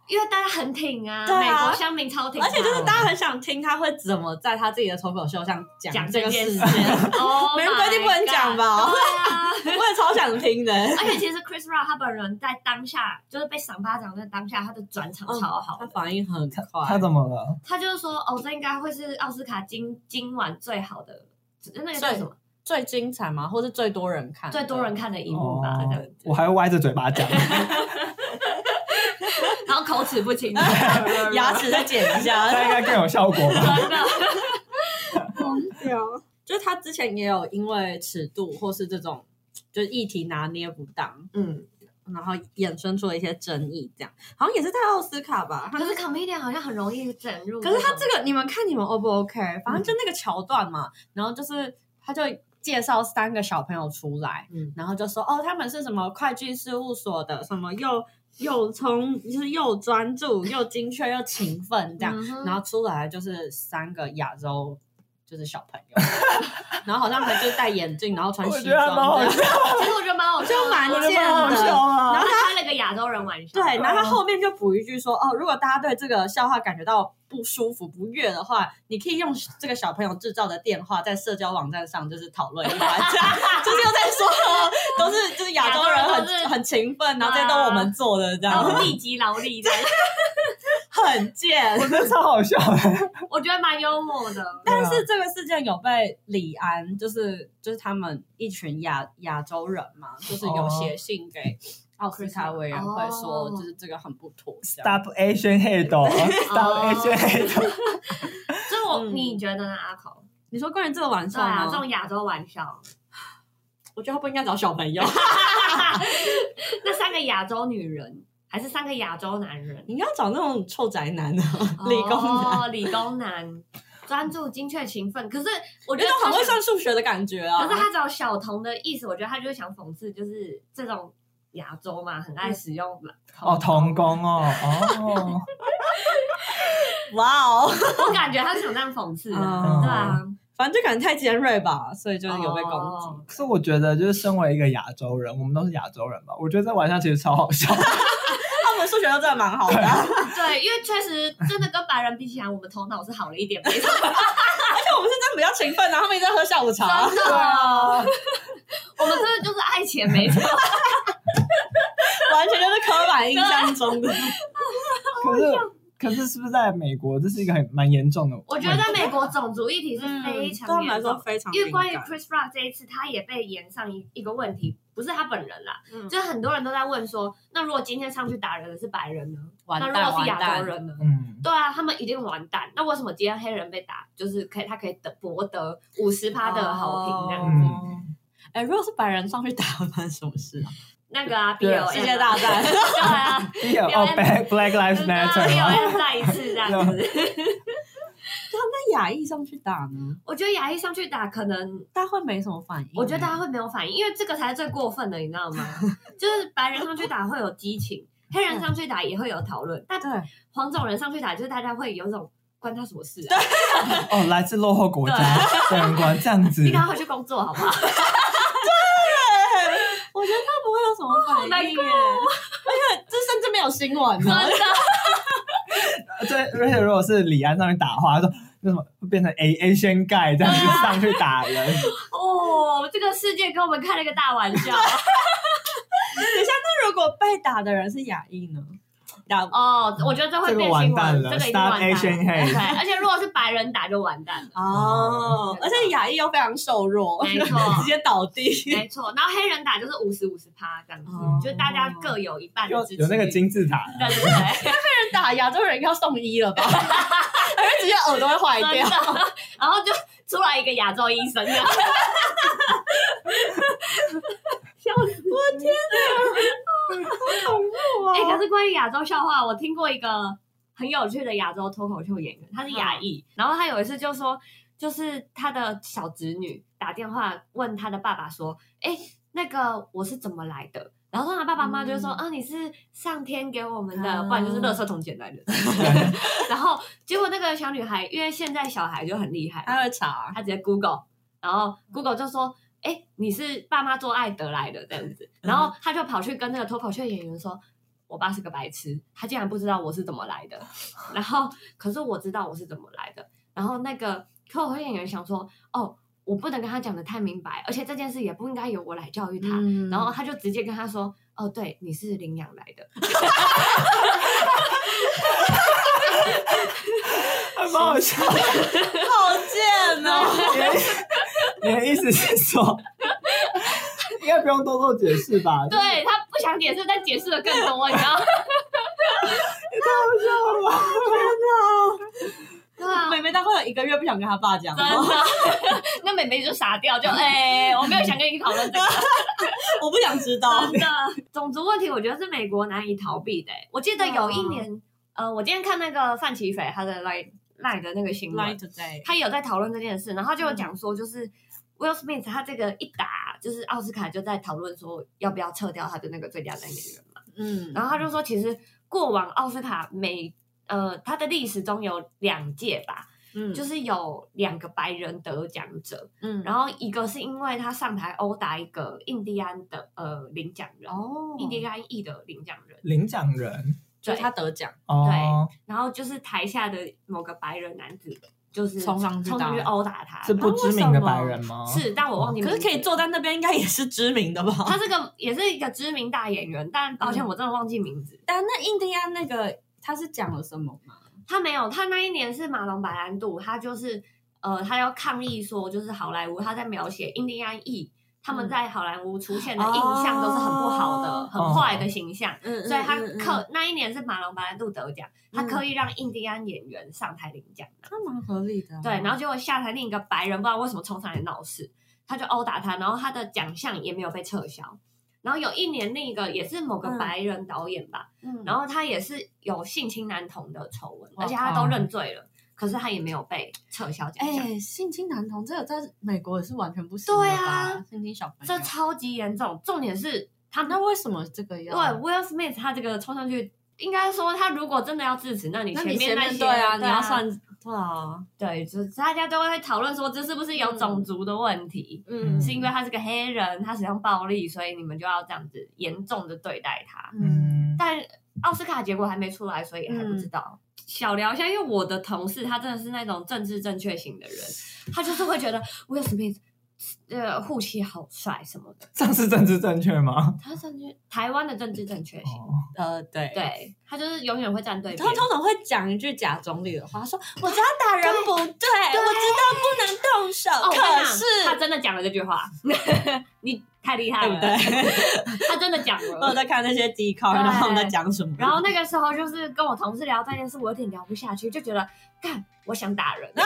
S1: 因为大家很挺啊，
S3: 对啊
S1: 美国乡民超挺他，
S3: 而且就是大家很想听他会怎么在他自己的脱口秀上
S1: 讲
S3: 这
S1: 这
S3: 个
S1: 件
S3: 事
S1: 事
S3: 件，我
S1: 哦，
S3: 没人规定不能讲吧
S1: 对啊。
S3: 也超想听的。
S1: 而且其实 Chris Rock 他本人在当下就是被赏巴掌的当下，他的转场超好的
S3: 他反应很快，
S2: 他怎么了？
S1: 他就是说，哦，这应该会是奥斯卡今今晚最好的，那个叫什么？
S3: 最精彩嘛，或是最多人看，
S1: 最多人。看的一幕吧，这样子。
S2: 哦我还会歪着嘴巴讲，
S1: 然后口齿不清，
S3: 牙齿再剪一下，
S2: 那应该更有效果吧？
S1: 真的。
S4: 对啊，
S3: 就是他之前也有因为尺度或是这种就是议题拿捏不当，
S1: 嗯，
S3: 然后衍生出了一些争议，这样好像也是在奥斯卡吧？他
S1: 可是 comedian 好像很容易整入那
S3: 可
S1: 种，
S3: 是他这个，你们看你们 O 不 OK？反正
S2: 嗯
S3: 就那个桥段嘛，然后就是他就介绍三个小朋友出来，
S1: 嗯
S3: 然后就说哦，他们是什么会计事务所的，什么又又聪，就是又专注又精确又勤奋这样，
S1: 嗯哼
S3: 然后出来就是三个亚洲。就是小朋友， 然后好像还就戴眼镜，然后穿
S2: 我
S3: 西
S2: 觉得还蛮好
S3: 装，
S2: 笑
S3: 这样
S1: 其 实我觉得蛮好笑的，
S3: 就蛮
S2: 我觉
S3: 贱
S2: 得蛮好
S3: 的。
S2: 笑啊
S1: 然。后他开了个亚洲人玩 笑，
S3: 对，然后他后面就补一句说：“哦，如果大家对这个笑话感觉到不舒服、不悦的话，你可以用这个小朋友制造的电话在社交网站上就是讨论一番， 这样就是又在说哦都是就是亚洲人
S1: 亚洲人都是哦
S3: 很很勤奋，然后这些都我们做的，这
S1: 然后
S3: 样
S1: 立即劳力的，
S3: 很贱。
S2: 我觉得超好笑的，
S1: 我觉得蛮幽默的。
S3: 但是
S1: 啊
S3: 这个事件有被李安，就是就是他们一群亚亚洲人嘛，就是有写信给奥斯卡委员会说，
S1: 哦
S3: 就是这个很不妥。这样
S2: Stop Asian Hate，Stop Asian Hate，
S1: 所以我
S3: 嗯
S1: 你觉得呢，阿口？
S3: 你说关于这个玩笑
S1: 对啊，
S3: 吗
S1: 这？种亚洲玩笑，
S3: 我觉得他不应该找小朋友，
S1: 那三个亚洲女人还是三个亚洲男人？
S3: 你要找那种臭宅男啊，理工男，
S1: 哦，理工男，专注、精确、勤奋。可是我
S3: 我
S1: 觉
S3: 觉
S1: 得
S3: 得很会
S1: 他
S3: 算
S1: 想
S3: 数学的感觉啊。
S1: 可是他找小童的意思，我觉得他就是想讽刺，就是这种亚洲嘛，很爱使用
S2: 哦，童。工哦，哦，
S3: 哇哦，
S1: 我感觉他是想这样讽刺的，
S3: 嗯
S1: 对啊，
S3: 反正就可能太尖锐吧，所以就
S1: 就是
S3: 有被攻击。
S1: 击。
S2: 可是我觉得，就是身为一个亚洲人，我们都是亚洲人吧，我觉得这玩笑其实超好笑。
S3: 他们数学都真的蛮好的 啊，而
S1: 对，因为确实真的跟白人比起来，我们头脑是好了一点，没错。
S3: 且我们是真的比较勤奋啊，他们一直在喝下午茶。
S1: 真
S3: 啊
S1: 的，我们真的就是爱钱，没错。
S3: 完全就是刻板印象中的。
S2: 可是，可是是不是在美国，这是一个很蛮严重的问题？
S1: 我觉得在美国种族议题是嗯非
S3: 嗯对他
S1: 常
S3: 们来
S1: 严
S3: 说
S1: 重，
S3: 非常
S1: 因为
S3: 敏
S1: 关于
S3: 感。
S1: Chris Rock 这一次，他也被延上一一个问题，不是他本人啦，
S3: 嗯
S1: 就是很多人都在问说，那如果今天上去打人的是白人呢？
S3: 完
S1: 那
S3: 蛋
S1: 如果是亚洲
S3: 完蛋
S1: 人呢？
S2: 嗯，
S1: 对啊，他们一定完蛋。那为什么今天黑人被打，就是可以他可以得博得五十趴的好评这样
S3: 嗯
S1: 子？
S2: 哦
S3: 哎，如果是白人上去打，发生什么事啊？
S1: 那个啊，B
S2: 对
S1: L
S3: 世界大战，
S1: 对 啊，
S2: 一有哦，Black Black
S1: 就是
S2: Lives
S1: 啊
S2: Matter 啊
S1: BLM 再一次这样子。
S3: 那亚裔上去打呢？
S1: 我觉得牙医上去打可能
S3: 大家会没什么反应。
S1: 我觉得大家会没有反应，因为这个才是最过分的，你知道吗？就是白人上去打会有激情，黑人上去打也会有讨论，但
S3: 对，
S1: 黄种人上去打就是大家会有一种关他什么事啊？
S2: 哦，来自落后国家的人管这样子
S1: 你，赶快回去工作好不 好？
S3: 我觉得他不会有什么反应耶，而且这甚至没有新闻
S1: 真
S3: 呢。
S1: 的，
S2: 对，而且如果是李安上去打的话，说那什么会变成 A A 宣盖这样子上去打人，
S1: 哦，这个世界跟我们开了个大玩 笑
S3: 那如果被打的人是亚裔呢？打
S1: 哦，我觉得这会
S2: 这个
S1: 变新
S2: 完
S1: 闻，
S2: 蛋了
S1: 这个已经
S2: ，Stop
S1: 完蛋
S2: Asian
S1: 了。对
S2: Hate，，
S1: 而且如果是白人打就完蛋 了，
S3: 哦，而且亚裔又非常瘦弱，
S1: 没错
S3: 直接倒地。
S1: 没错。然后黑人打就是五十五十趴这样子，
S3: 哦
S1: 就是大家各有一半的
S2: 有
S1: 支持
S2: 有那个
S1: 率
S2: 金字塔，
S1: 对对对。
S3: 打亚洲人应该要送医了吧？因为直接耳朵会坏
S1: 真
S3: 掉。
S1: 的， 然后就出来一个亚洲医 生，这样 笑死！
S3: 哦
S1: 哎、可是关于亚洲笑话，我听过一个很有趣的亚洲脱口秀演员，他是亚裔，然后他有一次就说，就是他的小侄女打电话问他的爸爸说，哎、那个我是怎么来的？然后他爸爸妈妈就说：“
S3: 嗯
S1: 啊，你是上天给我们的，
S3: 啊
S1: 不然就是垃圾桶捡来的。 啊然后结果那个小女孩，因为现在小孩就很厉害，
S3: 他会查，
S1: 她直接 Google，然后 Google 就说：“哎、你是爸妈做爱得来的这样子。”然后她就跑去跟那个脱口秀演员说：“我爸是个白痴，他竟然不知道我是怎么来的。”然后可是我知道我是怎么来的。然后那个脱口秀演员想说：“哦，我不能跟他讲的太明白，而且这件事也不应该由我来教育他。
S3: 嗯
S1: 然后他就直接跟他说：“哦，对，你是领养来的。”
S2: 还蛮好笑的。
S3: 好贱哦！
S2: 你的意思是说，应该不用多做解释吧？
S1: 对他不想解释，但解释的更 多，你知道吗？
S2: 太好笑了吧！
S1: 对 啊，
S3: 妹妹大概有一个月不想跟她爸讲
S1: 真
S3: 话，
S1: 的， 那妹妹就傻掉，就哎、我没有想跟你讨论这个，
S3: 我不想知道。
S1: 真的。种族问题，我觉得是美国难以逃避的、欸我记得有一年，呃，我今天看那个范奇斐他的赖赖的那个新
S3: Lie
S1: 闻，
S3: today，
S1: 他也有在讨论这件事，然后他就有讲说，就是 Will Smith 他这个一打，就是奥斯卡就在讨论说要不要撤掉他的那个最佳男演员嘛，
S3: 嗯，
S1: 然后他就说，其实过往奥斯卡每呃，他的历史中有两届吧，
S3: 嗯
S1: 就是有两个白人得奖者，
S3: 嗯，
S1: 然后一个是因为他上台殴打一个印第安的呃领奖人，
S3: 哦，
S1: 印第安裔的领奖人，
S2: 领奖人
S3: 就是他得奖，
S2: 哦，
S1: 然后就是台下的某个白人男子就是
S3: 冲上去
S1: 冲
S3: 打
S1: 上去殴打他，
S2: 是不知名的白人吗？
S1: 是，但我忘记名
S3: 可
S1: 字。
S3: 是可以坐在那边，应该也是知名的吧？
S1: 他这个也是一个知名大演员，但
S3: 嗯
S1: 抱歉，我真的忘记名字。
S3: 但那印第安那个他是讲了什么吗？
S1: 他没有，他那一年是马龙白兰度，他就是呃，他要抗议说，就是好莱坞他在描写印第安裔。他们
S3: 嗯
S1: 在好莱坞出现的印象都是很不好的、
S3: 哦
S1: 很坏的形象，
S3: 嗯
S1: 所以他刻、那一年是马龙白兰度得奖，他
S3: 嗯
S1: 刻意让印第安演员上台领奖的。
S3: 那蛮合理的啊。
S1: 对，然后结果下台另一个白人不知道为什么冲上来闹事，他就殴打他，然后他的奖项也没有被撤销。然后有一年另一个也是某个
S3: 嗯
S1: 白人导演吧，
S3: 嗯
S1: 然后他也是有性侵男童的丑闻，
S3: 哇
S1: 而且他都认罪了，可是他也没有被撤销奖项，
S3: 哎，性侵男童这个在美国也是完全不行的
S1: 对
S3: 吧
S1: 啊
S3: 性侵小朋
S1: 这
S3: 友。
S1: 超级严重。重点是他
S3: 那为什么这个
S1: 对
S3: 要？
S1: Will Smith 他这个冲上去，应该说他如果真的要制止，那你
S3: 那
S1: 前
S3: 你
S1: 面
S3: 前
S1: 那些
S3: 面对啊，
S1: 啊，
S3: 你要算对啊，
S1: 对，就是大家都会讨论说这是不是有种族的问题。
S2: 嗯
S1: 是因为他是个黑人，他使用暴力，所以你们就要这样子严重的对待他。
S3: 嗯
S2: 嗯，
S1: 但奥斯卡结果还没出来，所以还不知道。小聊一下，因为我的同事他真的是那种政治正确型的人，他就是会 觉得 Will Smith 呃护妻好帅什么的。
S2: 这样是政治正确吗？
S1: 他甚至台湾的政治正确型，
S2: 哦，
S3: 呃对。
S1: 对他就是永远会站对
S3: 他
S1: 边。
S3: 通常会讲一句假中立的话，说我知道打人不对，我知道不能动手，
S1: 哦，我跟
S3: 可
S1: 你讲
S3: 是
S1: 他真的讲了这句话， 你太厉害
S3: 对
S1: 了，
S3: 不对？ 哦
S1: 他真的讲了
S3: 我。有在看那些 D 考，
S1: 对
S3: 然后他们在讲什么，
S1: 然后那个时候就是跟我同事聊这件事，我有点聊不下去，就觉得干，我想打人。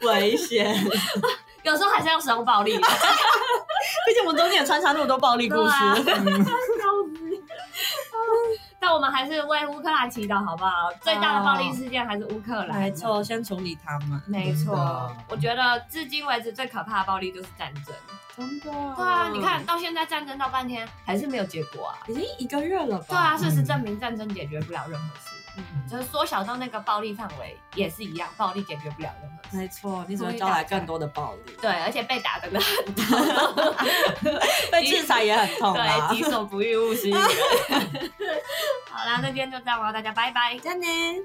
S3: 危险。
S1: 有时候还是要使用暴力。
S3: 毕竟我们中间也穿插那么多暴力故
S1: 对啊
S3: 事，
S1: 但我们还是为乌克兰祈祷，好不好？最大的暴力事件还是乌克兰。
S3: 没，错，先处理他们。
S1: 没错
S2: 真的。
S1: 我觉得至今为止最可怕的暴力就是战争。
S3: 真的，
S1: 对啊，你看到现在战争到半天还是没有结果啊。
S3: 已经一个月了吧？
S1: 对啊，事实
S2: 嗯
S1: 证明战争解决不了任何事，
S3: 嗯，
S1: 就是缩小到那个暴力范围也是一样，暴力解决不了任何事。
S3: 没错，你只会招来更多的暴力，
S1: 对，而且被打的呢，
S3: 被制裁也很痛啊
S1: 对，。己 所不欲，勿施于人。好啦，那今天就这样了，大家拜拜。
S3: 再见。